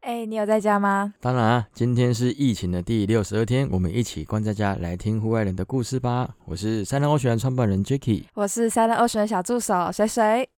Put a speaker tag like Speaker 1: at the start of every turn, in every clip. Speaker 1: 哎、你有在家吗？
Speaker 2: 当然啊，今天是疫情的第六十二天，我们一起关在家来听户外人的故事吧。我是三浪欧学院创办人 Jacky。
Speaker 1: 我是三浪二选的小助手水水。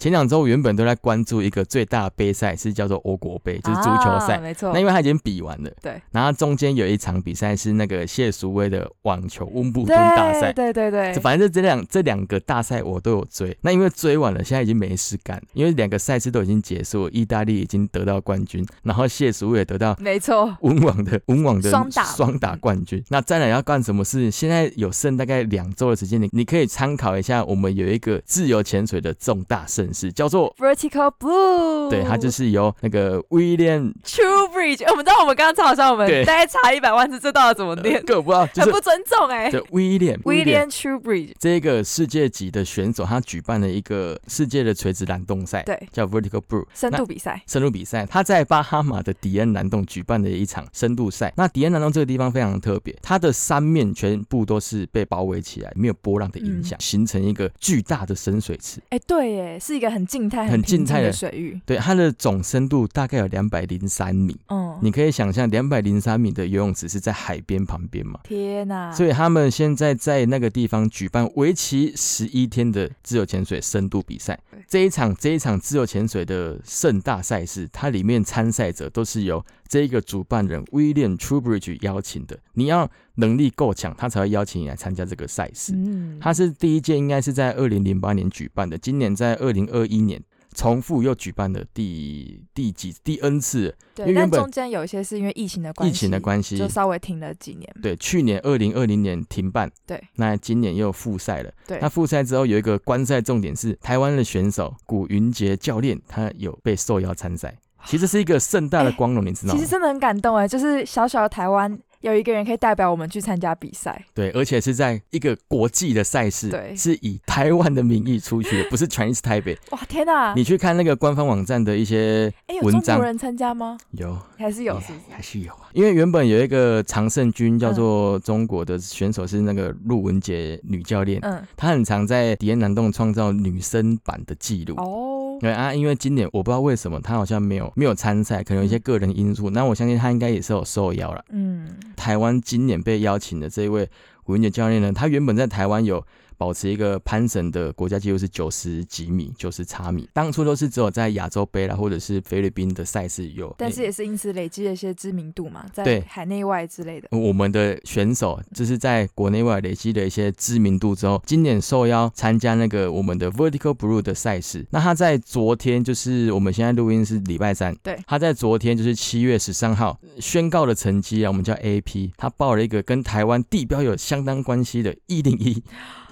Speaker 2: 前两周原本都在关注一个最大的杯赛，是叫做欧国杯，就是足球赛。
Speaker 1: 啊、没错
Speaker 2: 那。因为它已经比完了，
Speaker 1: 对。
Speaker 2: 然后中间有一场比赛是那个谢淑薇的网球温布
Speaker 1: 对
Speaker 2: 顿大赛。
Speaker 1: 对对对，
Speaker 2: 这反正这两这两个大赛我都有追，那因为追完了，现在已经没事干，因为两个赛事都已经结束了，意大利已经得到冠军，然后谢淑薇也得到
Speaker 1: 没错，
Speaker 2: 温网的温网的
Speaker 1: 双打
Speaker 2: 双打冠军。那再来要干什么事？现在有剩大概两周的时间，你你可以参考一下，我们有一个自由潜水的重大盛事，叫做。
Speaker 1: Vertical Blue，
Speaker 2: 对，它就是是由那个威廉，
Speaker 1: True Bridge、我们知道我们刚刚超好像我们
Speaker 2: 对
Speaker 1: 大概查一百万次，这到底怎么念，
Speaker 2: 个我不知道，啊就
Speaker 1: 很
Speaker 2: 是
Speaker 1: 不尊重哎、
Speaker 2: 对威廉，
Speaker 1: 威廉 True Bridge，
Speaker 2: 这个世界级的选手，他举办了一个世界的垂直栏动赛，
Speaker 1: 对，
Speaker 2: 叫 Vertical Blue
Speaker 1: 深
Speaker 2: 那
Speaker 1: 度比赛，
Speaker 2: 深度比赛，他在巴哈马的迪恩南洞举办的一场深度赛。那迪恩南洞这个地方非常特别，它的山面全部都是被包围起来，没有波浪的影响，形成一个巨大的深水池。
Speaker 1: 哎、对耶，是一个很静态、
Speaker 2: 很
Speaker 1: 平
Speaker 2: 静态
Speaker 1: 的
Speaker 2: 的
Speaker 1: 水域，
Speaker 2: 对，它的总深度大概有两百零三米。
Speaker 1: 嗯，
Speaker 2: 你可以想象，两百零三米的游泳池是在海边旁边嘛？
Speaker 1: 天哪、
Speaker 2: 所以他们现在在那个地方举办为期十一天的自由潜水深度比赛
Speaker 1: 对。
Speaker 2: 这一场这一场自由潜水的盛大赛事，它里面参赛者都是由这一个主办人威廉 Trubridge 邀请的。你要能力够强，他才会邀请你来参加这个赛事。
Speaker 1: 嗯，
Speaker 2: 它是第一届，应该是在二零零八年举办的，今年在二零二一年重复又举办的第第几第 N 次了，因
Speaker 1: 对，
Speaker 2: 为
Speaker 1: 但
Speaker 2: 原本
Speaker 1: 中间有一些是因为疫情的关
Speaker 2: 疫
Speaker 1: 系，
Speaker 2: 情的关系，
Speaker 1: 就稍微停了几年，
Speaker 2: 对，去年二零二零年停办，
Speaker 1: 对，
Speaker 2: 那今年又复赛了，
Speaker 1: 对
Speaker 2: 那复赛之后有一个观赛重点是台湾的选手古云杰教练，他有被受邀参赛，其实是一个盛大的光荣，你知
Speaker 1: 啊
Speaker 2: 道
Speaker 1: 哎其
Speaker 2: 吗
Speaker 1: 实？真的很感动哎，就是小小的台湾有一个人可以代表我们去参加比赛，
Speaker 2: 对，而且是在一个国际的赛事，
Speaker 1: 对
Speaker 2: 是以台湾的名义出去的，不是 Chinese Taipei。
Speaker 1: 哇天哪！
Speaker 2: 你去看那个官方网站的一些
Speaker 1: 哎，有
Speaker 2: 文
Speaker 1: 中
Speaker 2: 章
Speaker 1: 国人参加吗？
Speaker 2: 有。
Speaker 1: 还是有是不是？
Speaker 2: 还是有啊，因为原本有一个常胜军
Speaker 1: 嗯
Speaker 2: 叫做中国的选手是那个陆文杰女教练，
Speaker 1: 嗯，
Speaker 2: 她很常在迪安南洞创造女生版的记录。
Speaker 1: 哦，
Speaker 2: 对啊，因为今年我不知道为什么她好像没有没有参赛，可能有一些个人因素。那我相信她应该也是有受邀了。
Speaker 1: 嗯，
Speaker 2: 台湾今年被邀请的这一位古云杰教练呢，他原本在台湾有保持一个攀绳的国家纪录是九十几米、九十叉米，当初都是只有在亚洲杯啦或者是菲律宾的赛事有。
Speaker 1: 但是也是因此累积了一些知名度嘛，在
Speaker 2: 对
Speaker 1: 海内外之类的。
Speaker 2: 我们的选手就是在国内外累积了一些知名度之后，今年受邀参加那个我们的 Vertical Blue 的赛事。那他在昨天，就是我们现在录音是礼拜三，
Speaker 1: 对
Speaker 2: 他在昨天就是七月十三号宣告的成绩啊，我们叫 AP，他报了一个跟台湾地标有相当关系的一零 一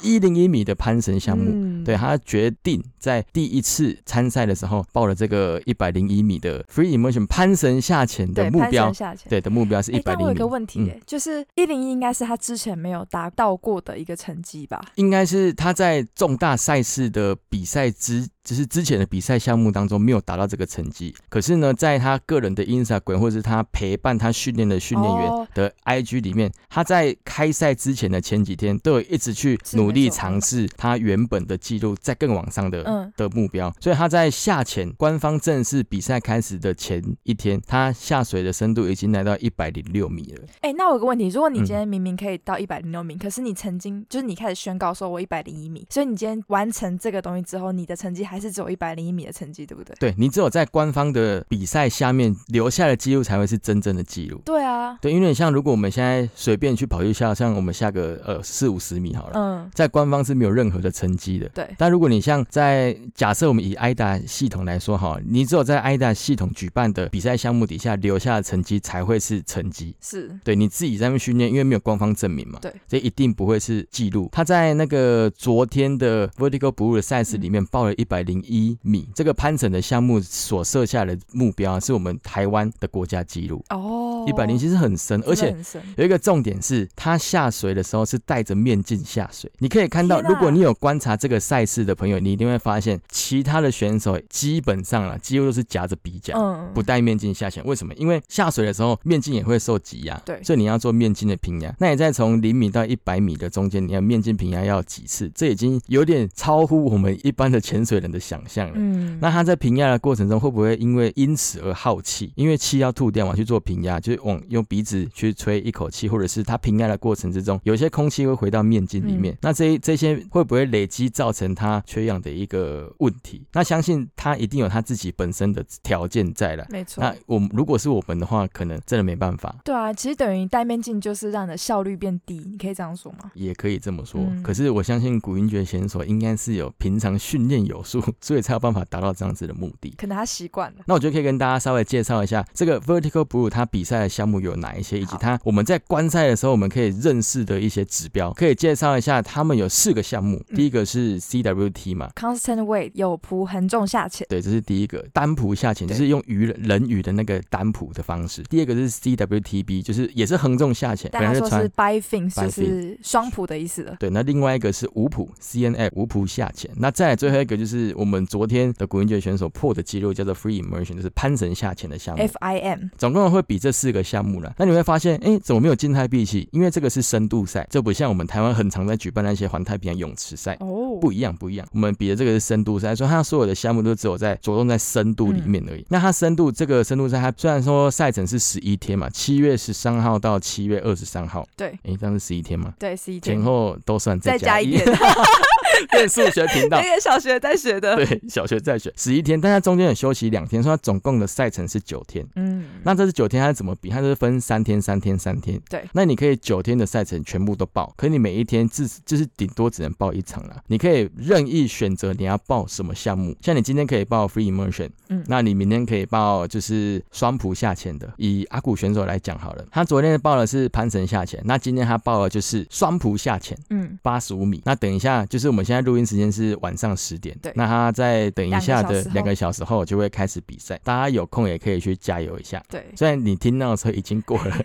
Speaker 2: 一零一米的攀绳项目。
Speaker 1: 嗯
Speaker 2: 对，他决定在第一次参赛的时候报了这个一百零一米的 free immersion 攀绳下潜的
Speaker 1: 对，
Speaker 2: 目
Speaker 1: 攀
Speaker 2: 标
Speaker 1: 绳，下潜。
Speaker 2: 对的目标是一
Speaker 1: 哎，
Speaker 2: 百
Speaker 1: 但
Speaker 2: 零嗯
Speaker 1: 我有
Speaker 2: 一米
Speaker 1: 个。问题耶，就是一零一应该是他之前没有达到过的一个成绩吧？
Speaker 2: 应该是他在重大赛事的比赛之，就是之前的比赛项目当中没有达到这个成绩。可是呢，在他个人的 Instagram 或者是他陪伴他训练的训练员
Speaker 1: 哦
Speaker 2: 的 IG 里面，他在开赛之前的前几天都有一直去
Speaker 1: 是
Speaker 2: 努
Speaker 1: 没
Speaker 2: 力
Speaker 1: 错
Speaker 2: 尝试他原本的记录，在更往上的、
Speaker 1: 嗯
Speaker 2: 的目标。所以他在下潜，官方正式比赛开始的前一天，他下水的深度已经来到一百零六米了。
Speaker 1: 哎，那我有个问题，如果你
Speaker 2: 嗯
Speaker 1: 今天明明可以到一百零六米，可是你曾经就是你开始宣告说我一百零一米，所以你今天完成这个东西之后，你的成绩还是只有一百零一米的成绩，对不对？
Speaker 2: 对你只有在官方的比赛下面留下的记录，才会是真正的记录。
Speaker 1: 对啊，
Speaker 2: 对，因为像如果我们现在随便去跑一下，像我们下个呃四五十米好了，
Speaker 1: 嗯，
Speaker 2: 在官方是没有任何的成绩的。
Speaker 1: 对，
Speaker 2: 但如果你像在假设我们以 IDA 系统来说哈，你只有在 IDA 系统举办的比赛项目底下留下的成绩才会是成绩。
Speaker 1: 是，
Speaker 2: 对你自己在那边训练，因为没有官方证明嘛，
Speaker 1: 对，
Speaker 2: 所以一定不会是记录。他在那个昨天的 Vertical Blue 的赛事里面报了106零一米。这个攀绳的项目所设下的目标啊、是我们台湾的国家纪录，
Speaker 1: 哦，
Speaker 2: 一百零其实很深，而
Speaker 1: 真的
Speaker 2: 且
Speaker 1: 很深
Speaker 2: 有一个重点是，它下水的时候是戴着面镜下水。你可以看到，
Speaker 1: 天啊
Speaker 2: 如果你有观察这个赛事的朋友，你一定会发现，其他的选手基本上啊，几乎都是夹着鼻夹。
Speaker 1: 嗯
Speaker 2: 不戴面镜下潜，为什么？因为下水的时候面镜也会受挤压，
Speaker 1: 对
Speaker 2: 所以你要做面镜的平压。那你再从零米到一百米的中间，你要面镜平压要几次？这已经有点超乎我们一般的潜水人的想象了。
Speaker 1: 嗯
Speaker 2: 那他在平压的过程中，会不会因为因此而耗气？因为气要吐掉嘛，去做平压，就是往用鼻子去吹一口气，或者是他平压的过程之中，有些空气会回到面筋里面。
Speaker 1: 嗯
Speaker 2: 那这一这些会不会累积造成他缺氧的一个问题？那相信他一定有他自己本身的条件在了。
Speaker 1: 没错。
Speaker 2: 那我们如果是我们的话，可能真的没办法。
Speaker 1: 对啊，其实等于戴面镜就是让你的效率变低，你可以这样说吗？
Speaker 2: 也可以这么说，
Speaker 1: 嗯
Speaker 2: 可是我相信古云爵选手应该是有平常训练有素，所以才有办法达到这样子的目的。
Speaker 1: 可能他习惯了。
Speaker 2: 那我觉得可以跟大家稍微介绍一下这个 vertical blue 它比赛的项目有哪一些，以及
Speaker 1: 好
Speaker 2: 它我们在观赛的时候我们可以认识的一些指标，可以介绍一下。他们有四个项目，
Speaker 1: 嗯
Speaker 2: 第一个是 CWT 嘛。
Speaker 1: Constant weight 有扑横重下潜，
Speaker 2: 对，这是第一个单蹼下潜，就
Speaker 1: 对
Speaker 2: 是用鱼人鱼的那个单蹼的方式。第二个是 CWTB，就是也是横纵下潜，
Speaker 1: 但
Speaker 2: 本来
Speaker 1: 他
Speaker 2: 是
Speaker 1: 说
Speaker 2: 船
Speaker 1: 是 bifin，
Speaker 2: Bifin
Speaker 1: 就是双蹼的意思了。
Speaker 2: 对，那另外一个是五普 CNF 五普下潜，那再来最后一个就是我们昨天的古云爵选手破的记录，叫做 Free Immersion，就是攀绳下潜的项目。
Speaker 1: 哎 FIM
Speaker 2: 总共会比这四个项目了。那你会发现，哎、怎么没有静态闭气？因为这个是深度赛，这不像我们台湾很常在举办那些环太平洋泳池赛。
Speaker 1: 哦，
Speaker 2: 不一样，不一样。我们比的这个是深度赛，所以它所有的项目都只有在着重在深度里面而已。那它深度这个深度赛，它虽然说赛程是十一天嘛，七月十三号到七月二十三号，
Speaker 1: 对
Speaker 2: 哎、这样是十一天吗？
Speaker 1: 对是一点
Speaker 2: 前后都算，
Speaker 1: 再加一
Speaker 2: 一，
Speaker 1: 点，
Speaker 2: 练数学频道。
Speaker 1: 那个小学在学的。
Speaker 2: 对，小学在学十一天，但它中间有休息两天，所以它总共的赛程是九天。
Speaker 1: 嗯，
Speaker 2: 那这是九天，它是怎么比？它就是分三天、三天、三天。
Speaker 1: 对
Speaker 2: 那你可以九天的赛程全部都报，可你每一天至就是顶多只能报一场啦。你可以任意选择你要报什么项目，像你今天可以报 free immersion，
Speaker 1: 嗯
Speaker 2: 那你明天可以报就是双蹼下潜的。以阿古选手来讲好了，他昨天报的是攀绳下潜，那今天他报的就是双蹼下潜。
Speaker 1: 嗯，
Speaker 2: 八十五米。那等一下，就是我们现在录音时间是晚上十点，
Speaker 1: 对
Speaker 2: 那他在等一下
Speaker 1: 两个小
Speaker 2: 的
Speaker 1: 时后
Speaker 2: 两个小时后就会开始比赛，大家有空也可以去加油一下。
Speaker 1: 对，
Speaker 2: 虽然你听到的时候已经过 了，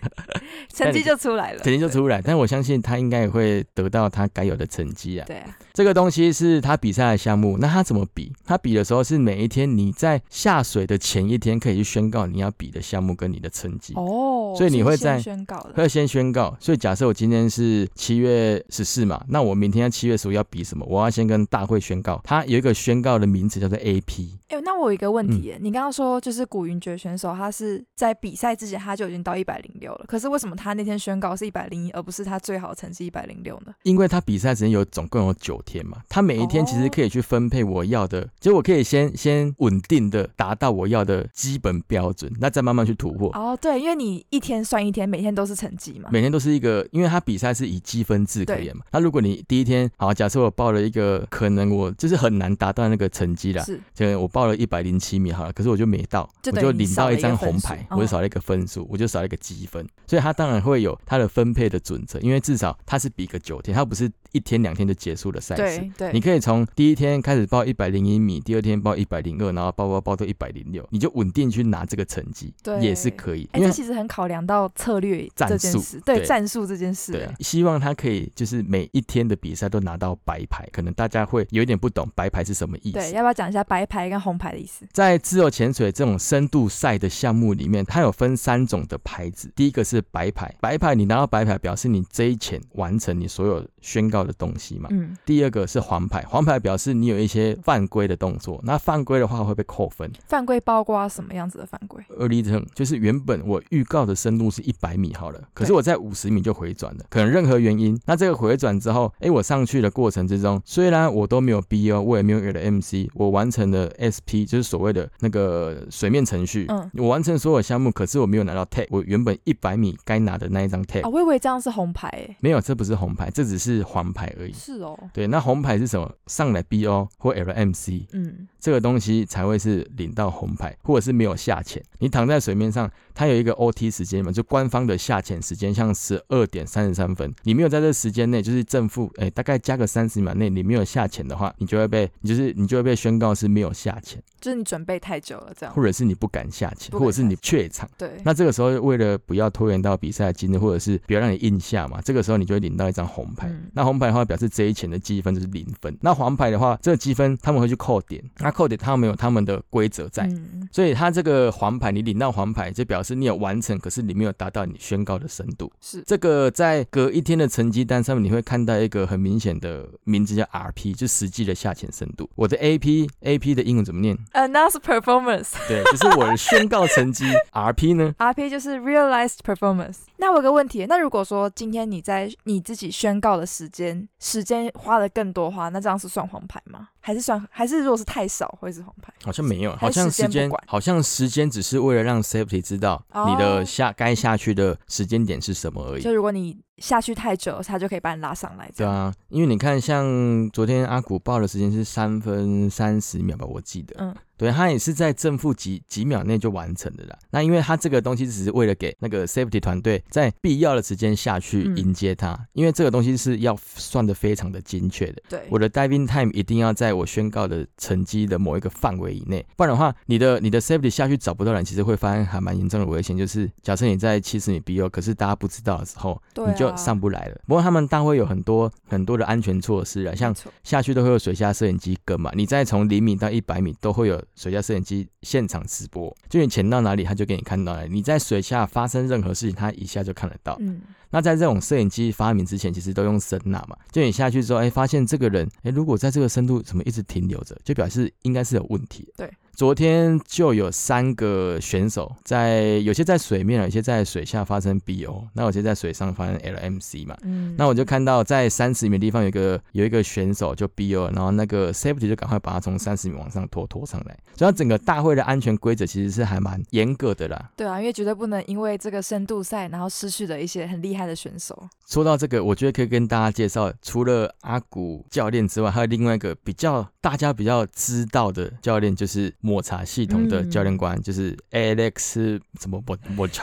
Speaker 1: 成绩就出来了，
Speaker 2: 肯定就出来，但我相信他应该也会得到他该有的成绩啊。
Speaker 1: 对啊，
Speaker 2: 这个东西是他比赛的项目，那他怎么比？他比的时候是每一天你在下水的前一天可以去宣告你要比的项目跟你的成绩。
Speaker 1: 哦，
Speaker 2: 所以你会
Speaker 1: 是先
Speaker 2: 在
Speaker 1: 宣告了，
Speaker 2: 要先宣告，所以假设我今天是七月十四嘛，那我明天七月十五要比什么？我要先跟大会宣告，它有一个宣告的名字叫做 AP，
Speaker 1: 哎、那我有一个问
Speaker 2: 嗯
Speaker 1: 题耶，你刚刚说就是古云爵选手，他是在比赛之前他就已经到一百零六了，可是为什么他那天宣告是一百零一，而不是他最好的成绩一百零六呢？
Speaker 2: 因为它比赛时间有总共有九天嘛，它每一天其实可以去分配我要的，就我可以先先稳定的达到我要的基本标准，那再慢慢去突破。
Speaker 1: 哦，对，因为你一天算一天，每天都是成绩嘛。
Speaker 2: 每天都是一个，因为它比赛是以积分制可言嘛。那如果你第一天，好，假设我报了一个，可能我就是很难达到那个成绩啦，
Speaker 1: 是，
Speaker 2: 就我报了一百零七米好了，可是我就没到，
Speaker 1: 就
Speaker 2: 我
Speaker 1: 等于
Speaker 2: 就
Speaker 1: 你
Speaker 2: 领
Speaker 1: 少
Speaker 2: 到
Speaker 1: 了
Speaker 2: 一
Speaker 1: 一个
Speaker 2: 张
Speaker 1: 分
Speaker 2: 红
Speaker 1: 数
Speaker 2: 牌，
Speaker 1: 嗯
Speaker 2: 我就少了一个分数，我就少了一个积分，所以他当然会有他的分配的准则，因为至少他是比个九天，他不是一天两天就结束的赛事。
Speaker 1: 对对
Speaker 2: 你，可以从第一天开始报一百零一米，第二天报一百零二，然后报报报到一百零六，你就稳定去拿这个成绩，
Speaker 1: 对
Speaker 2: 也是可以。
Speaker 1: 哎、
Speaker 2: 因为
Speaker 1: 这其实很考量到策略
Speaker 2: 战
Speaker 1: 这件
Speaker 2: 术
Speaker 1: 事，对
Speaker 2: 对
Speaker 1: 战术这件事。
Speaker 2: 对啊，希望他可以就是每一天的比赛都拿到白牌，可能大家会有一点不懂白牌是什么意思。
Speaker 1: 对，要不要讲一下白牌跟红牌的意思？
Speaker 2: 在自由潜水这种深度赛的项目里面，它有分三种的牌子。第一个是白牌，白牌你拿到白牌，表示你这一潜完成你所有宣告的东西嘛。
Speaker 1: 嗯，
Speaker 2: 第二个是黄牌，黄牌表示你有一些犯规的动作，那犯规的话会被扣分。
Speaker 1: 犯规包括什么样子的犯规？
Speaker 2: early turn 就是原本我预告的深度是一百米好了，可是
Speaker 1: 对
Speaker 2: 我在五十米就回转了，可能任何原因。那这个回转之后，诶，我上去的过程之中，虽然我都没有 BO，我也没有 LMC，我完成了 SP，就是所谓的那个水面程序。
Speaker 1: 嗯
Speaker 2: 我完成所有项目，可是我没有拿到 tag，我原本一百米该拿的那一张 tag，、
Speaker 1: 哦，我以为这样是红牌诶。
Speaker 2: 没有，这不是红牌，这只是黄牌而已。
Speaker 1: 是哦，
Speaker 2: 对，那红牌是什么？上来 BO 或 LMC，
Speaker 1: 嗯，
Speaker 2: 这个东西才会是领到红牌，或者是没有下潜。你躺在水面上，它有一个 OT 时间嘛，就官方的下潜时间，像十二点三十三分，你没有在这时间内，就是正负，哎、大概加个三十秒内，你没有下潜的话，你就会被，你就是你就会被宣告是没有下潜，
Speaker 1: 就是你准备太久了，这样
Speaker 2: 或者是你不敢下潜，
Speaker 1: 不敢
Speaker 2: 或者是你
Speaker 1: 下
Speaker 2: 怯场。
Speaker 1: 对，
Speaker 2: 那这个时候，为了不要拖延到比赛的进度，或者是不要让你硬下嘛，这个时候你就会领到一张红牌。
Speaker 1: 嗯
Speaker 2: 那红牌的话，表示这一前的积分就是零分。那黄牌的话，这个积分他们会去扣点，那扣点他们有他们的规则在。
Speaker 1: 嗯
Speaker 2: 所以他这个黄牌，你领到黄牌，就表示你有完成，可是你没有达到你宣告的深度。
Speaker 1: 是
Speaker 2: 这个在隔一天的成绩单上面，你会看到一个很明显的名字叫 RP，就实际的下潜深度。我的 AP AP 的英文怎么念？
Speaker 1: announced 呃 performance。
Speaker 2: 对，就是我的宣告成 绩 RP 呢？
Speaker 1: RP 就是 realized performance。那我有个问题，那如果说今天你在你自己宣告的时间时间花的更多的话，那这样是算黄牌吗？还是算还是如果是太少会是黄牌？
Speaker 2: 好像没有，好
Speaker 1: 还是时
Speaker 2: 像时
Speaker 1: 间不
Speaker 2: 间
Speaker 1: 管
Speaker 2: 好像时间只是为了让 safety 知道你的
Speaker 1: 哦
Speaker 2: 下该下去的时间点是什么而已。
Speaker 1: 就如果你下去太久，他就可以把你拉上来。这
Speaker 2: 对
Speaker 1: 样，
Speaker 2: 啊，因为你看，像昨天阿古报的时间是三分三十秒吧，我记得。
Speaker 1: 嗯，
Speaker 2: 对，他也是在正负几几秒内就完成的啦。那因为他这个东西只是为了给那个 safety 团队在必要的时间下去
Speaker 1: 嗯
Speaker 2: 迎接他，因为这个东西是要算的非常的精确的。
Speaker 1: 对，
Speaker 2: 我的 diving time 一定要在我宣告的成绩的某一个范围以内，不然的话，你的你的 safety 下去找不到人，其实会发生还蛮严重的危险。就是假设你在七十米 BO，可是大家不知道的时候，
Speaker 1: 对
Speaker 2: 你就
Speaker 1: 啊
Speaker 2: 上不来了。不过他们大会有很多很多的安全措施啊，像
Speaker 1: 没错
Speaker 2: 下去都会有水下摄影机跟嘛，你再从零米到一百米都会有水下摄影机现场直播，就你潜到哪里，他就给你看到哪里。你在水下发生任何事情，他一下就看得到。
Speaker 1: 嗯，
Speaker 2: 那在这种摄影机发明之前，其实都用声呐嘛，就你下去之后，哎、发现这个人，哎、如果在这个深度怎么一直停留着，就表示应该是有问题。
Speaker 1: 对，
Speaker 2: 昨天就有三个选手在，有些在水面，有些在水下发生 BO，那有些在水上发生 LMC 嘛。
Speaker 1: 嗯，
Speaker 2: 那我就看到在三十米的地方有一个有一个选手就 BO，了然后那个 safety 就赶快把他从三十米往上拖拖上来，所以它整个大会的安全规则其实是还蛮严格的啦。
Speaker 1: 对啊，因为绝对不能因为这个深度赛，然后失去了一些很厉害的选手。
Speaker 2: 说到这个，我觉得可以跟大家介绍，除了阿古教练之外，还有另外一个比较大家比较知道的教练，就是抹茶系统的教练官，就是 Alex 什么我我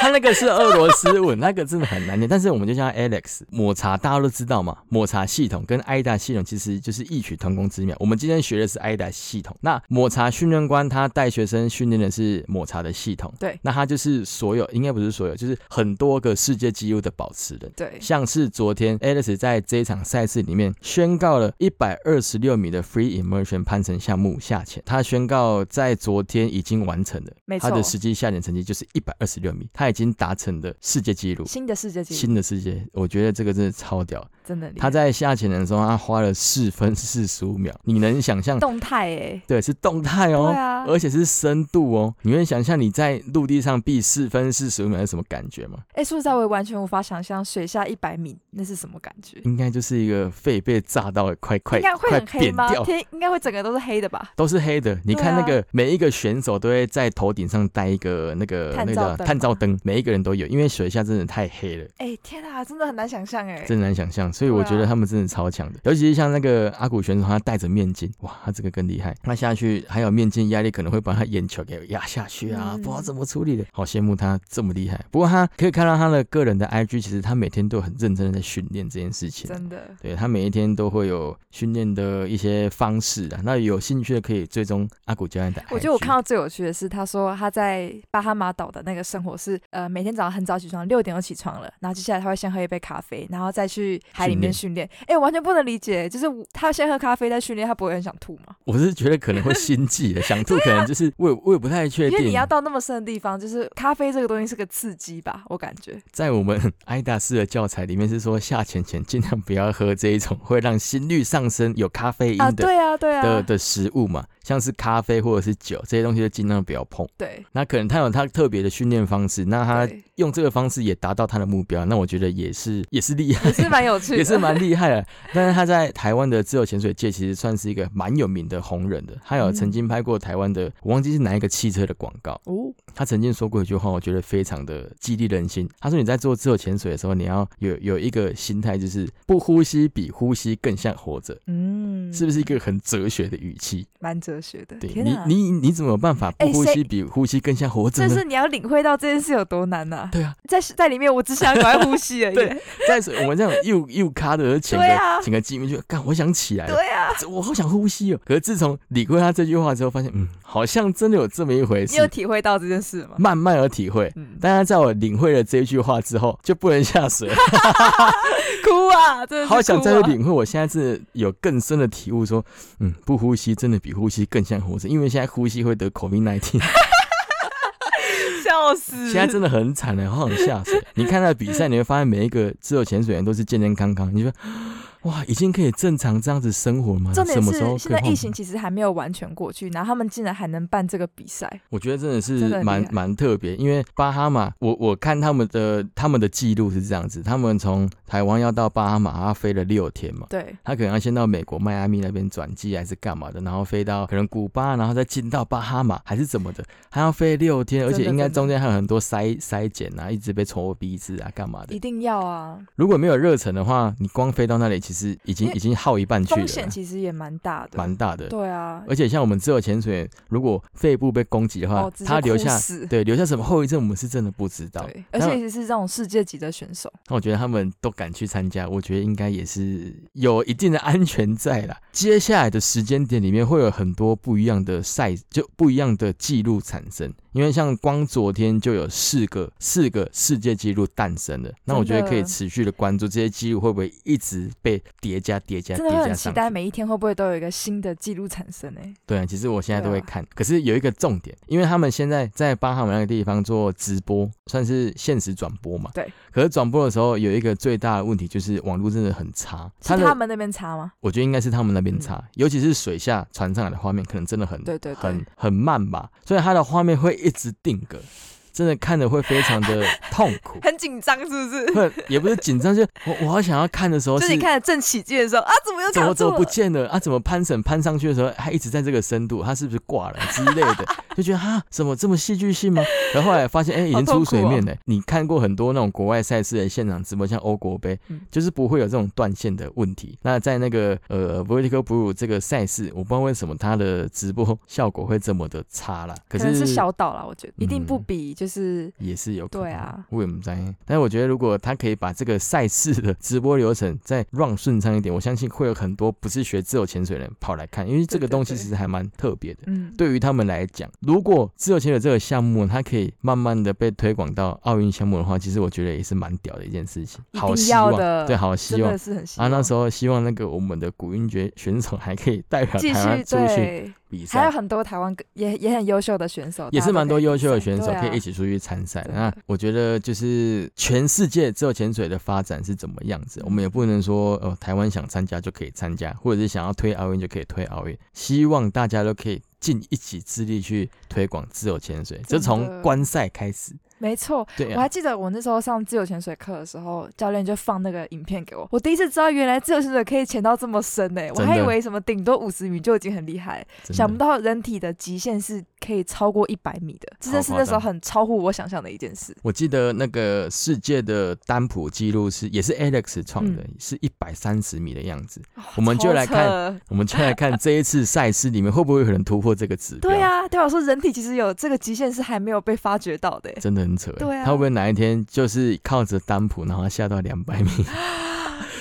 Speaker 2: 他那个是俄罗斯文，那个真的很难念，但是我们就叫他 Alex 抹茶，大家都知道嘛。抹茶系统跟 IDA 系统其实就是异曲同工之妙。我们今天学的是 IDA 系统，那抹茶训练官他带学生训练的是抹茶的系统，
Speaker 1: 对
Speaker 2: 那他就是所有，应该不是所有，就是很多个世界纪录的保持人。
Speaker 1: 对，
Speaker 2: 像是昨天 Alice 在这一场赛事里面宣告了一百二十六米的 free immersion 攀绳项目下潜，她宣告在昨天已经完成了，
Speaker 1: 没错
Speaker 2: 她的实际下潜成绩就是一百二十六米，她已经达成了世界纪录。
Speaker 1: 新的世界纪录
Speaker 2: 新的世界，我觉得这个真的超屌。
Speaker 1: 真的很厉害，
Speaker 2: 她在下潜的时候，她花了四分四十五秒，你能想象？
Speaker 1: 动态哎，
Speaker 2: 对，是动态哦。
Speaker 1: 对啊，
Speaker 2: 而且是深度哦，你会想象你在陆地上避四分四十五秒是什么感觉吗？
Speaker 1: 哎，说实在，我也完全无法想象水下一百米那是什么感觉。
Speaker 2: 应该就是一个肺被炸到快嗯快
Speaker 1: 应该会
Speaker 2: 快
Speaker 1: 很黑
Speaker 2: 扁
Speaker 1: 吗？
Speaker 2: 掉，
Speaker 1: 天，应该会整个都是黑的吧？
Speaker 2: 都是黑的。你
Speaker 1: 对
Speaker 2: 看那
Speaker 1: 啊
Speaker 2: 个、每一个选手都会在头顶上戴一个那个
Speaker 1: 探
Speaker 2: 那
Speaker 1: 照
Speaker 2: 个
Speaker 1: 灯
Speaker 2: 探
Speaker 1: 吗
Speaker 2: 照灯，每一个人都有，因为水下真的太黑了。
Speaker 1: 哎、天啊，真的很难想象哎、
Speaker 2: 真难想象，所以我
Speaker 1: 对啊
Speaker 2: 觉得他们真的超强的，尤其是像那个阿古选手，他戴着面镜，哇，他这个更厉害。他下去还有面镜压力，可能会把他眼球给压下去啊，
Speaker 1: 嗯
Speaker 2: 不知道怎么处理的。好羡慕他这么厉害。不过他可以看到他的个人的 IG，其实他每天都很认真的在训练这件事情。
Speaker 1: 真的，
Speaker 2: 对他每一天都会有训练的一些方式啊，那有兴趣的可以追踪阿古教练的 IG。
Speaker 1: 我觉得我看到最有趣的是，他说他在巴哈马岛的那个生活是，呃，每天早上很早起床，六点就起床了，然后接下来他会先喝一杯咖啡，然后再去海里面训练。哎、我完全不能理解，就是我他先喝咖啡再训练，他不会很想吐吗？
Speaker 2: 我是觉得可能会心悸的，想吐可能就是我也我也不太
Speaker 1: 啊
Speaker 2: 确
Speaker 1: 因
Speaker 2: 定。啊
Speaker 1: 为你要到那么深的地方，就是咖啡这个东西是个刺激吧，我感觉。
Speaker 2: 在我们 挨打式的教材里面是说下潜前 尽量不要喝这一种会让心率上升、有咖啡因
Speaker 1: 啊，
Speaker 2: 的、
Speaker 1: 对啊，对
Speaker 2: 的
Speaker 1: 啊，
Speaker 2: 的食物嘛，像是咖啡或者是酒这些东西就尽量不要碰。
Speaker 1: 对
Speaker 2: 那可能他有他特别的训练方式，那他
Speaker 1: 对，
Speaker 2: 用这个方式也达到他的目标，那我觉得也是也是厉害
Speaker 1: 也。 是蛮有趣的，
Speaker 2: 也是蛮厉害的。但是他在台湾的自由潜水界其实算是一个蛮有名的红人的。他
Speaker 1: 嗯
Speaker 2: 有曾经拍过台湾的，我忘记是哪一个汽车的广告。
Speaker 1: 哦，
Speaker 2: 他曾经说过一句话，我觉得非常的激励人心。他说你在做自由潜水的时候，你要有有一个心态，就是不呼吸比呼吸更像活着。
Speaker 1: 嗯，
Speaker 2: 是不是一个很哲学的语气？
Speaker 1: 蛮哲学的。
Speaker 2: 对
Speaker 1: 天
Speaker 2: 你
Speaker 1: 啊，
Speaker 2: 你你怎么有办法不
Speaker 1: 哎
Speaker 2: 呼
Speaker 1: 谁
Speaker 2: 吸比呼吸更像活着
Speaker 1: 就
Speaker 2: 呢？
Speaker 1: 是你要领会到这件事有多难呐、
Speaker 2: 对啊，
Speaker 1: 在在里面，我只想赶快呼吸而已。
Speaker 2: 对 但是我们这样又又卡的请个
Speaker 1: 对啊
Speaker 2: 请个机面就干，我想起来了，
Speaker 1: 对啊，
Speaker 2: 这我好想呼吸哦。可是自从理会他这句话之后，发现嗯，好像真的有这么一回
Speaker 1: 你有
Speaker 2: 事，
Speaker 1: 体会到这件事吗？
Speaker 2: 慢慢而体会。
Speaker 1: 嗯，
Speaker 2: 但他在我领会了这句话之后，就不能下水了，
Speaker 1: 哭啊，真的是
Speaker 2: 好想
Speaker 1: 哭
Speaker 2: 再
Speaker 1: 啊
Speaker 2: 去领会。我现在是有更深的体悟说，嗯，不呼吸真的比呼吸更像活着，因为现在呼吸会得 COVID 1 9
Speaker 1: 笑死！
Speaker 2: 现在真的很惨了，好想下 水。你看那比赛，你会发现每一个自由潜水员都是健健康康，你就说 哇，已经可以正常这样子生活吗？
Speaker 1: 重点
Speaker 2: 什么时候
Speaker 1: 是现
Speaker 2: 可以
Speaker 1: 在
Speaker 2: 换
Speaker 1: 疫情其实还没有完全过去，然后他们竟然还能办这个比赛，
Speaker 2: 我觉得真的
Speaker 1: 真的
Speaker 2: 是
Speaker 1: 很
Speaker 2: 蛮
Speaker 1: 厉害
Speaker 2: 蛮特别，因为巴哈马，我我看他们的他们的记录是这样子，他们从台湾要到巴哈马，他飞了六天嘛。
Speaker 1: 对，
Speaker 2: 他可能要先到美国迈阿密那边转机还是干嘛的，然后飞到可能古巴，然后再进到巴哈马还是怎么的，还要飞六天，而
Speaker 1: 真的
Speaker 2: 且应该
Speaker 1: 真的
Speaker 2: 中间还有很多筛筛检啊，一直被戳鼻子啊干嘛的
Speaker 1: 一。定要啊，
Speaker 2: 如果没有热忱的话，你光飞到那里其实已经
Speaker 1: 因为
Speaker 2: 已经耗一半去
Speaker 1: 风
Speaker 2: 了，
Speaker 1: 险其实也蛮大的，
Speaker 2: 蛮大的。
Speaker 1: 对啊，
Speaker 2: 而且像我们自由潜水员，如果肺部被攻击的话，
Speaker 1: 哦，直接
Speaker 2: 他留
Speaker 1: 哭
Speaker 2: 下
Speaker 1: 死
Speaker 2: 对，留下什么后遗症，我们是真的不知道。
Speaker 1: 对，而
Speaker 2: 然后
Speaker 1: 且是这种世界级的选手，
Speaker 2: 那我觉得他们都敢去参加，我觉得应该也是有一定的安全在啦。接下来的时间点里面，会有很多不一样的赛，就不一样的记录产生。因为像光昨天就有四个四个世界纪录诞生了，那我觉得可以持续的关注这些记录会不会一直被叠加、叠加、
Speaker 1: 真
Speaker 2: 叠
Speaker 1: 的会
Speaker 2: 加
Speaker 1: 很期
Speaker 2: 上
Speaker 1: 待
Speaker 2: 去。
Speaker 1: 每一天会不会都有一个新的记录产生呢、
Speaker 2: 对，其实我现在都会
Speaker 1: 对啊
Speaker 2: 看，可是有一个重点，因为他们现在在巴哈马那个地方做直播，算是现实转播嘛。
Speaker 1: 对。
Speaker 2: 可是转播的时候有一个最大的问题就是网络真的很差，
Speaker 1: 是
Speaker 2: 的
Speaker 1: 他们那边查吗？
Speaker 2: 我觉得应该是他们那边差，尤其是水下传上来的画面，可能真的很
Speaker 1: 对对对
Speaker 2: 很很慢吧，所以它的画面会一直定格，真的看的会非常的痛苦。
Speaker 1: 很紧张是不是？
Speaker 2: 会也不是紧张，就我我好想要看的时候
Speaker 1: 就是你看得正起劲的时候啊，怎么又
Speaker 2: 哦怎
Speaker 1: 卡
Speaker 2: 么怎
Speaker 1: 住
Speaker 2: 么不
Speaker 1: 了？
Speaker 2: 见了啊？怎么攀绳攀上去的时候还一直在这个深度？它是不是挂了之类的？就觉得哈，怎么这么戏剧性吗？然后后来发现，哎、已
Speaker 1: 好
Speaker 2: 经
Speaker 1: 痛
Speaker 2: 出水
Speaker 1: 苦哦
Speaker 2: 面了。你看过很多那种国外赛事的现场直播，像欧国杯，
Speaker 1: 嗯
Speaker 2: 就是不会有这种断线的问题。那在那个呃 Vertical Blue 这个赛事，我不知道为什么它的直播效果会这么的差啦。可
Speaker 1: 可
Speaker 2: 是
Speaker 1: 能是小岛啦，我觉得一定不
Speaker 2: 嗯
Speaker 1: 比就是
Speaker 2: 也是有可能。
Speaker 1: 对啊，
Speaker 2: 我也不知道。但是我觉得，如果他可以把这个赛事的直播流程再 run 顺畅一点，我相信会有很多不是学自由潜水的人跑来看，因为这个
Speaker 1: 对对
Speaker 2: 东西
Speaker 1: 对
Speaker 2: 其实还蛮特别的。
Speaker 1: 嗯，
Speaker 2: 对于他们来讲，如果自由潜水这个项目，它可以慢慢的被推广到奥运项目的话，其实我觉得也是蛮屌的一件事情。
Speaker 1: 一
Speaker 2: 好
Speaker 1: 定
Speaker 2: 希
Speaker 1: 要
Speaker 2: 望，
Speaker 1: 的，
Speaker 2: 对，好
Speaker 1: 真
Speaker 2: 希望
Speaker 1: 的是很希
Speaker 2: 啊！
Speaker 1: 望。
Speaker 2: 那时候希望那个我们的古运决选手还可以代表
Speaker 1: 继
Speaker 2: 台湾
Speaker 1: 续
Speaker 2: 出去
Speaker 1: 对，
Speaker 2: 比赛，
Speaker 1: 还有很多台湾也也很优秀的选手，
Speaker 2: 也是
Speaker 1: 哦大家
Speaker 2: 蛮
Speaker 1: 都
Speaker 2: 多
Speaker 1: 可以
Speaker 2: 优秀的
Speaker 1: 比赛
Speaker 2: 选手
Speaker 1: 对啊
Speaker 2: 可以一起出去参赛的。
Speaker 1: 真
Speaker 2: 那
Speaker 1: 的
Speaker 2: 我觉得就是全世界自由潜水的发展是怎么样
Speaker 1: 嗯
Speaker 2: 子，我们也不能说呃台湾想参加就可以参加，或者是想要推奥运就可以推奥运。希望大家都可以尽一己之力去推广自由潜水，就
Speaker 1: 真的
Speaker 2: 从观赛开始。
Speaker 1: 没错，
Speaker 2: 对
Speaker 1: 我还
Speaker 2: 啊，
Speaker 1: 记得我那时候上自由潜水课的时候，教练就放那个影片给我，我第一次知道原来自由潜水可以潜到这么深呢、我
Speaker 2: 真
Speaker 1: 还以
Speaker 2: 的
Speaker 1: 为什么顶多五十米就已经很厉害，
Speaker 2: 真的
Speaker 1: 想不到人体的极限是可以超过一百米的，真的是
Speaker 2: 超夸
Speaker 1: 那时候
Speaker 2: 张
Speaker 1: 很超乎我想象的一件事。
Speaker 2: 我记得那个世界的单普记录是也是 Alex 创的，
Speaker 1: 嗯
Speaker 2: 是一百三十米的样子。
Speaker 1: 哇
Speaker 2: 我们就
Speaker 1: 超
Speaker 2: 来
Speaker 1: 扯
Speaker 2: 看我们 就来看这一次赛事里面会不会有人突破这个指标。
Speaker 1: 对啊，对我说人体其实有这个极限是还没有被发掘到的、欸，
Speaker 2: 真的很扯欸。
Speaker 1: 对啊
Speaker 2: 他会不会哪一天就是靠着单普，然后下到两 百米，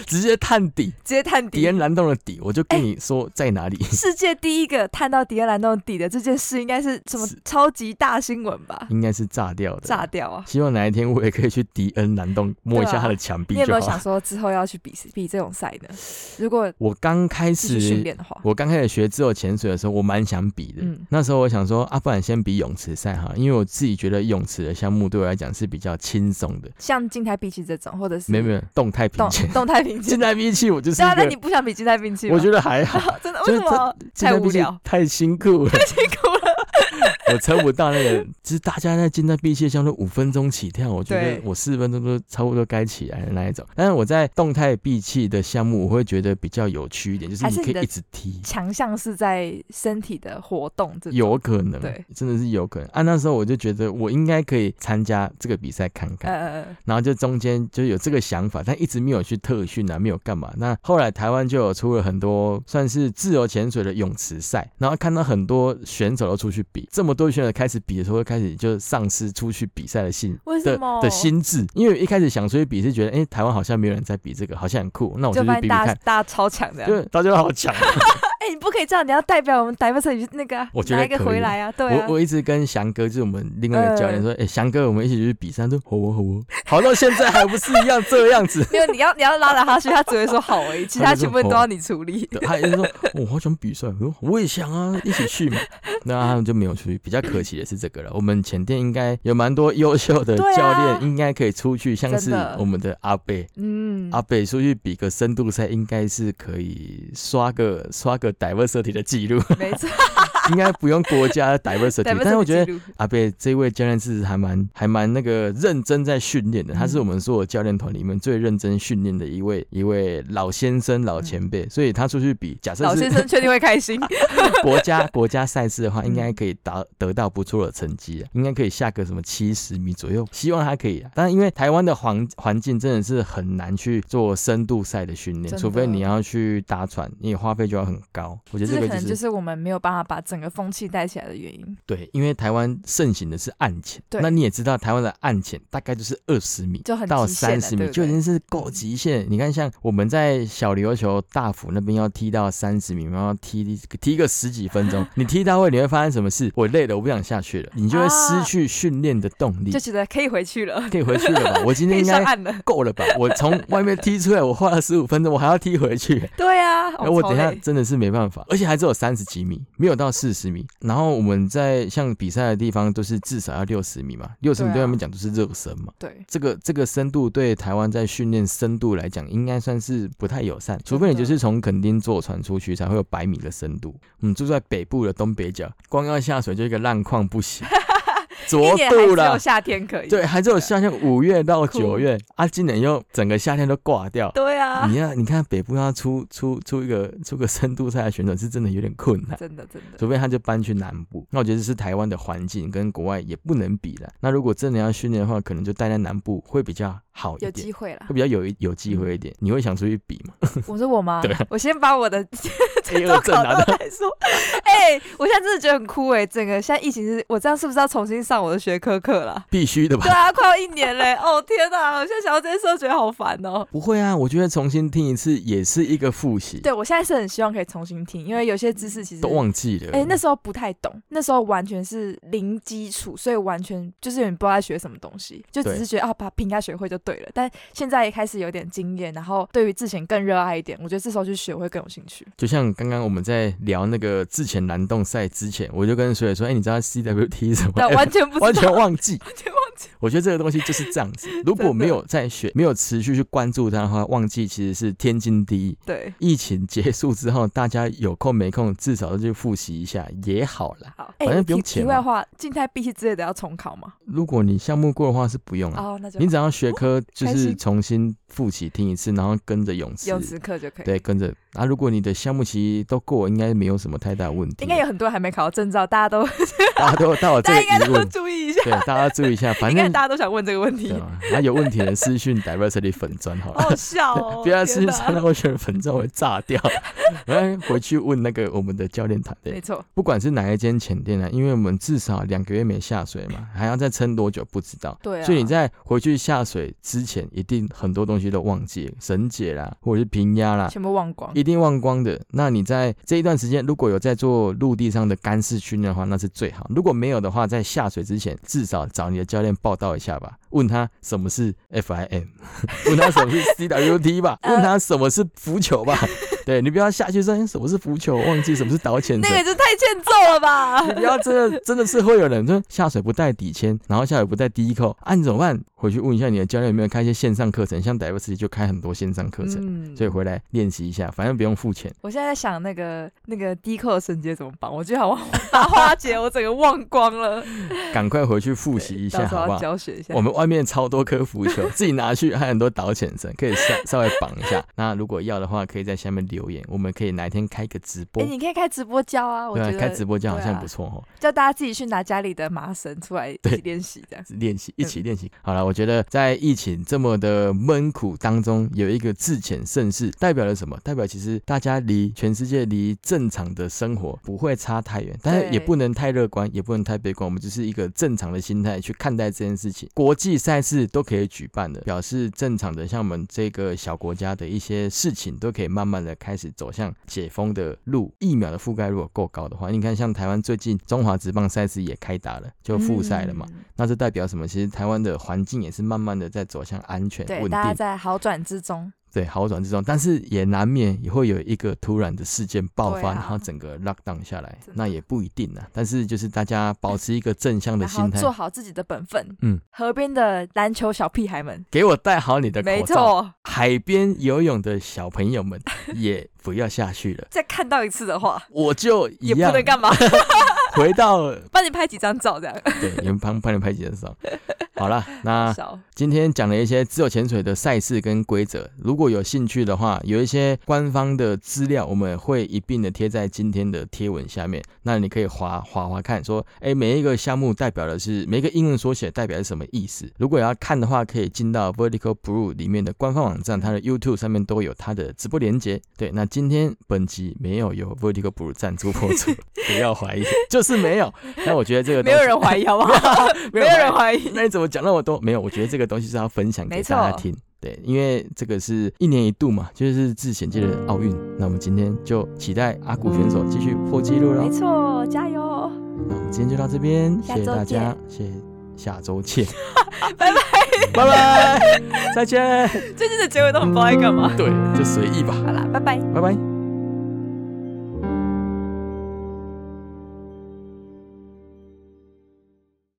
Speaker 2: 直接探底，
Speaker 1: 直接探
Speaker 2: 迪
Speaker 1: 底。欸
Speaker 2: 恩蓝洞的底，我就跟你说在哪 里，
Speaker 1: 世界第一个探到迪恩兰洞底的这件事，应该是什么
Speaker 2: 是嗯
Speaker 1: 超级大新闻吧？
Speaker 2: 应该是炸掉的。
Speaker 1: 炸掉啊！
Speaker 2: 希望哪一天我也可以去迪恩蓝洞摸一下
Speaker 1: 对啊
Speaker 2: 他的墙壁
Speaker 1: 你有没
Speaker 2: 就
Speaker 1: 有
Speaker 2: 好
Speaker 1: 想。说之后要去比比这种赛呢？如果
Speaker 2: 我刚开
Speaker 1: 继续训
Speaker 2: 始，
Speaker 1: 练的话，
Speaker 2: 我刚开始学自由潜水的时候，我蛮想比的。
Speaker 1: 嗯
Speaker 2: 那时候我想说啊，不然先比泳池赛哈，因为我自己觉得泳池的项目对我来讲是比较轻松的。
Speaker 1: 像静态闭气这种，或者是
Speaker 2: 没有没有，动态平
Speaker 1: 动
Speaker 2: 潜，
Speaker 1: 动态平气
Speaker 2: 现，在 V 气我就是
Speaker 1: 对啊，那
Speaker 2: 一
Speaker 1: 你
Speaker 2: 个，
Speaker 1: 不想比静态闭气吗？
Speaker 2: 我觉得还好。
Speaker 1: 真的
Speaker 2: 就
Speaker 1: 为
Speaker 2: 是
Speaker 1: 什么
Speaker 2: 这
Speaker 1: 太
Speaker 2: 个
Speaker 1: 无
Speaker 2: 毕 竟
Speaker 1: 聊？
Speaker 2: 太辛苦了，
Speaker 1: 辛苦了，
Speaker 2: 我撑不到那个，就是大家在静在闭气相都五分钟起跳，我觉得
Speaker 1: 对
Speaker 2: 我四分钟都差不多该起来的那一种。但是我在动态闭气的项目，我会觉得比较有趣一点，就是
Speaker 1: 还
Speaker 2: 你
Speaker 1: 是
Speaker 2: 可
Speaker 1: 你
Speaker 2: 以
Speaker 1: 的
Speaker 2: 一直踢，
Speaker 1: 强项是在身体的活动这种
Speaker 2: 有可能，
Speaker 1: 对，
Speaker 2: 真的是有可能。啊，那时候我就觉得我应该可以参加这个比赛看看。
Speaker 1: 呃，
Speaker 2: 然后就中间就有这个想法，但一直没有去特训啊，没有干嘛。那后来台湾就有出了很多算是自由潜水的泳池赛，然后看到很多选手都出去比，这么多选手开始比的时候，开始就丧失出去比赛的兴
Speaker 1: 为
Speaker 2: 的
Speaker 1: 什么
Speaker 2: 的心智，因为一开始想出去比是觉得，哎、台湾好像没有人在比这个，好像很酷，那我
Speaker 1: 就
Speaker 2: 就去
Speaker 1: 发
Speaker 2: 比比
Speaker 1: 现大家
Speaker 2: 看。
Speaker 1: 大家超强的，
Speaker 2: 就大家好强，啊
Speaker 1: 哎、你不可以这样，你要代表我们 d i v e r 那个啊
Speaker 2: 我觉得
Speaker 1: 拿一个
Speaker 2: 可以
Speaker 1: 回来啊， 对啊嗯
Speaker 2: 我，我一直跟翔哥，就是我们另外一个教练说，哎、翔哥，我们一起去比赛，他说好哦好哦，好到现在还不是一样这样子，
Speaker 1: 没有你要你要拉着他去，他只会说好 而已，其他全部都要你处理。
Speaker 2: 对，他也是说，哦我好想比赛，我说我也想啊，一起去嘛。那他们就没有出去，比较可惜的是这个了。我们前店应该有蛮多优秀的
Speaker 1: 对啊
Speaker 2: 教练，应该可以出去，像
Speaker 1: 真
Speaker 2: 是
Speaker 1: 的
Speaker 2: 我们的阿贝，
Speaker 1: 嗯，
Speaker 2: 阿贝出去比个深度赛，应该是可以刷个刷个 diversity 的记录，
Speaker 1: 没错，
Speaker 2: 应该不用国家 diversity，
Speaker 1: d i
Speaker 2: 但是我觉得。
Speaker 1: 得
Speaker 2: 阿贝这位教练是还蛮还蛮那个认真在训练的，他
Speaker 1: 嗯
Speaker 2: 是我们所有教练团里面最认真训练的一位一位老先生老前辈，所以他出去比，假设
Speaker 1: 嗯老
Speaker 2: 是
Speaker 1: 先生确定会开心，
Speaker 2: 国家国家赛事的话，应该可以达得到不错的成绩啊，应该可以下个什么七十米左右，希望他可以啊。但因为台湾的环环境真的是很难去做深度赛的训练，
Speaker 1: 真的
Speaker 2: 除非你要去搭船，你花费就要很高。我觉
Speaker 1: 这
Speaker 2: 得这个
Speaker 1: 可
Speaker 2: 就
Speaker 1: 能
Speaker 2: 是、
Speaker 1: 就是我们没有办法把整个风气带起来的原因。
Speaker 2: 对，因为台湾盛行的是岸潜，
Speaker 1: 对
Speaker 2: 那你也知道台湾的岸潜大概就是二十米。
Speaker 1: 就很
Speaker 2: 到
Speaker 1: 极限
Speaker 2: 三
Speaker 1: 了
Speaker 2: 十米
Speaker 1: 对不
Speaker 2: 就
Speaker 1: 对
Speaker 2: 已经是够极限了。你看，像我们在小琉球大埔那边要踢到三十米，然后踢踢个十几分 钟，你踢到位你会发生什么事？我累了，我不想下去了，你就会失
Speaker 1: 啊
Speaker 2: 去训练的动力
Speaker 1: 就。觉得可以回去 了，
Speaker 2: 可以回去了吧？我今
Speaker 1: 可
Speaker 2: 天
Speaker 1: 以
Speaker 2: 应
Speaker 1: 上
Speaker 2: 该
Speaker 1: 岸了。
Speaker 2: 够了吧？我从外面踢出来，我花了十五分钟，我还要踢回去。
Speaker 1: 对啊，
Speaker 2: 然后哎我
Speaker 1: 超
Speaker 2: 等一下
Speaker 1: 累
Speaker 2: 真的是没办法，而且还只有三十几米，没有到四十米。然后我们在像比赛的地方都是至少要六十米嘛，六十米
Speaker 1: 对啊
Speaker 2: 对他们讲就是热身嘛。
Speaker 1: 对，啊
Speaker 2: 这个这个深度对台湾在训练深度来讲，应该算是不太友善，除非你就是从垦丁坐船出去才会有百米的深度。我们住在北部的东北角，光要下水就一个浪况 不行，
Speaker 1: 一
Speaker 2: 浊
Speaker 1: 年还
Speaker 2: 度
Speaker 1: 只有
Speaker 2: 了。
Speaker 1: 夏天可以。
Speaker 2: 对，还只有夏天五月到
Speaker 1: 酷
Speaker 2: 九月啊，今年又整个夏天都挂掉。
Speaker 1: 对啊
Speaker 2: 你，要你看北部要出出出一个出个深度赛的选手，是真的有点困 难。
Speaker 1: 真的真的。
Speaker 2: 除非他就搬去南部。那我觉得这是台湾的环境跟国外也不能比了。那如果真的要训练的话，可能就待在南部会比较好一
Speaker 1: 有
Speaker 2: 点
Speaker 1: 机。嗯会啦
Speaker 2: 会！比较有有机会一点，你会想出去比 吗？
Speaker 1: 我说我吗
Speaker 2: 对？啊哎
Speaker 1: 我先把我的
Speaker 2: A
Speaker 1: 都
Speaker 2: 二啊
Speaker 1: 考
Speaker 2: 证拿
Speaker 1: 到
Speaker 2: 到，
Speaker 1: 再说。 哎、我现在真的觉得很酷哎、整个现在疫情是，我这样是不是要重新上我的学科课了？
Speaker 2: 必须的吧
Speaker 1: 对？啊， 快要一年嘞、哦天哪，我现在想到这些事，觉得好烦哦、
Speaker 2: 不会啊，我觉得重新听一次也是一个复习，
Speaker 1: 对我现在是很希望可以重新听，因为有些知识其实
Speaker 2: 都忘记了。
Speaker 1: 哎、那时候不太懂，那时候完全是零基础，所以完全就是有点不知道在学什么东西，就只
Speaker 2: 对
Speaker 1: 是觉得啊，把评价学会就对了。但现在开始有点经验，然后对于之前更热爱一点，我觉得这时候去学会更有兴趣。
Speaker 2: 就像刚刚我们在聊那个之前蓝洞赛之前，我就跟水水说，哎、你知道 CWT 是什么？
Speaker 1: 但啊完全不知道，
Speaker 2: 完全忘记，
Speaker 1: 完全忘记。
Speaker 2: 我觉得这个东西就是这样子。如果
Speaker 1: 真的
Speaker 2: 没有在学，没有持续去关注它的话，忘记其实是天经地义。
Speaker 1: 对，
Speaker 2: 疫情结束之后，大家有空没空，至少都去复习一下也好啦。
Speaker 1: 好，
Speaker 2: 反
Speaker 1: 哎、
Speaker 2: 正
Speaker 1: 题
Speaker 2: 不用钱
Speaker 1: 题
Speaker 2: 嘛
Speaker 1: 外话，静态必须之类的要重考吗？
Speaker 2: 如果你项目过的话是不用啊，
Speaker 1: 哦，那就
Speaker 2: 你只要学科就
Speaker 1: 开
Speaker 2: 是
Speaker 1: 心
Speaker 2: 重新复习听一次，然后跟着泳池，
Speaker 1: 有时刻就可以。
Speaker 2: 对，跟着。啊，如果你的项目其实都过，应该没有什么太大问题
Speaker 1: 应。该有很多人还没考到证照，大家都
Speaker 2: 大家都到啊了 这
Speaker 1: 大家
Speaker 2: 个
Speaker 1: 应该
Speaker 2: 疑
Speaker 1: 都
Speaker 2: 问，
Speaker 1: 注意一下，
Speaker 2: 对，大家注意一下，反
Speaker 1: 应该
Speaker 2: 正
Speaker 1: 大家都想问这个问
Speaker 2: 对
Speaker 1: 题。
Speaker 2: 啊，那有问题的私讯 diversity 粉砖好了。
Speaker 1: 好好笑哦！
Speaker 2: 不
Speaker 1: 天
Speaker 2: 要吃去
Speaker 1: 哪
Speaker 2: 三道我选粉之后会炸掉，然后回去问那个我们的教练团队
Speaker 1: 没，错，
Speaker 2: 不管是哪一间前店啊呢、因为我们至少两个月没下水嘛，还要再撑多久不知道。
Speaker 1: 对啊。
Speaker 2: 所以你在回去下水之前，一定很多东西都忘记了，绳结啦，或者是平压啦，
Speaker 1: 全部忘光，
Speaker 2: 啊一定忘光的。那你在这一段时间，如果有在做陆地上的干式训练的话，那是最好。如果没有的话，在下水之前，至少找你的教练报道一下吧，问他什 么是 FIM，问他什么是 CWT 吧，
Speaker 1: 呃
Speaker 2: 问他什么是浮球吧。对你不要下去说哎什么是浮球，忘记什么是导潜
Speaker 1: 那
Speaker 2: 绳
Speaker 1: 个。就太欠揍了 吧？
Speaker 2: 你不要真的真的是会有人说下水不带底铅，然后下水不带第一扣，啊你怎么办？回去问一下你的教练有没有开一些线上课程，像 Diversity 就开很多线上课程，
Speaker 1: 嗯
Speaker 2: 所以回来练习一下，反正不用付钱。
Speaker 1: 我现在在想那个那个低扣的绳结怎么绑，我觉得好像麻花节我整个忘光了，
Speaker 2: 赶快回去复习一下，
Speaker 1: 到时
Speaker 2: 好
Speaker 1: 候
Speaker 2: 不
Speaker 1: 要
Speaker 2: 好？
Speaker 1: 教学一下
Speaker 2: 我。们外面超多颗浮球， 自己拿去，还有很多导潜绳，可以稍稍微绑一下。 那如果要的话，可以在下面留言，我们可以哪一天开一个直播
Speaker 1: 哎、，你可以开直播教啊，我
Speaker 2: 对
Speaker 1: 觉
Speaker 2: 啊，
Speaker 1: 得
Speaker 2: 开直播间好
Speaker 1: 对
Speaker 2: 像
Speaker 1: 啊
Speaker 2: 不错哦，
Speaker 1: 叫大家自己去拿家里的麻绳出来一
Speaker 2: 对
Speaker 1: 起练习这样。
Speaker 2: 练习一起练习。好了，我觉得在疫情这么的闷苦当中，有一个自潜盛世，代表了什么？代表其实大家离全世界离正常的生活不会差太远，但是也
Speaker 1: 对
Speaker 2: 不能太乐观，也不能太悲观，我们就是一个正常的心态去看待这件事情。国际赛事都可以举办的，表示正常的，像我们这个小国家的一些事情都可以慢慢的开始走向解封的路。疫苗的覆盖如果够高的话，你看像台湾最近中华职棒赛事也开打了，就复赛了嘛。
Speaker 1: 嗯
Speaker 2: 那这代表什么？其实台湾的环境也是慢慢的在走向安全、
Speaker 1: 对，
Speaker 2: 稳
Speaker 1: 大家
Speaker 2: 定、
Speaker 1: 在好转之中。
Speaker 2: 对好转之中，但是也难免也会有一个突然的事件爆
Speaker 1: 对
Speaker 2: 发，
Speaker 1: 啊
Speaker 2: 然后整个 lock down 下来
Speaker 1: 真的，
Speaker 2: 那也不一定啊。但是就是大家保持一个正向的
Speaker 1: 然后
Speaker 2: 心态
Speaker 1: 做，好自己的本分。
Speaker 2: 嗯，
Speaker 1: 河边的篮球小屁孩们，
Speaker 2: 给我戴好你的
Speaker 1: 没
Speaker 2: 呃口罩。
Speaker 1: 错，
Speaker 2: 海边游泳的小朋 友们也不要下去了，
Speaker 1: 再看到一次的话，
Speaker 2: 我就一
Speaker 1: 也不
Speaker 2: 样
Speaker 1: 能干嘛，
Speaker 2: 回到
Speaker 1: 帮你拍几张照这样。
Speaker 2: 对你们帮帮你拍几张照。好了，那
Speaker 1: 少
Speaker 2: 今天讲了一些自由潜水的赛事跟规则，如果有兴趣的话，有一些官方的资料，我们会一并的贴在今天的贴文下面。那你可以划划划看，说，哎，每一个项目代表的是每一个英文缩写代表是什么意思。如果要看的话，可以进到 Vertical Blue 里面的官方网站，它的 YouTube 上面都有它的直播连接。对，那今天本集没有由 Vertical Blue 赞助播 出，不要怀疑，就是没有。那我觉得这个
Speaker 1: 没
Speaker 2: 东西
Speaker 1: 有人怀疑，好不好？没有
Speaker 2: 人
Speaker 1: 人怀疑。
Speaker 2: 那你怎么讲那么多？没有，我觉得这个东西是要分享给
Speaker 1: 没错
Speaker 2: 大家听。对，因为这个是一年一度嘛，就是自选界的奥运。
Speaker 1: 嗯
Speaker 2: 那我们今天就期待阿古选手继续破纪录
Speaker 1: 没
Speaker 2: 喽。
Speaker 1: 错，加油！
Speaker 2: 那我们今天就到这边，
Speaker 1: 下
Speaker 2: 谢谢
Speaker 1: 周
Speaker 2: 大家
Speaker 1: 见，
Speaker 2: 谢谢下周见，
Speaker 1: 拜
Speaker 2: 拜拜，再见。
Speaker 1: 最近的结尾都很不爱干嘛。
Speaker 2: 对，就随意吧，
Speaker 1: 好啦，拜拜。
Speaker 2: 拜拜。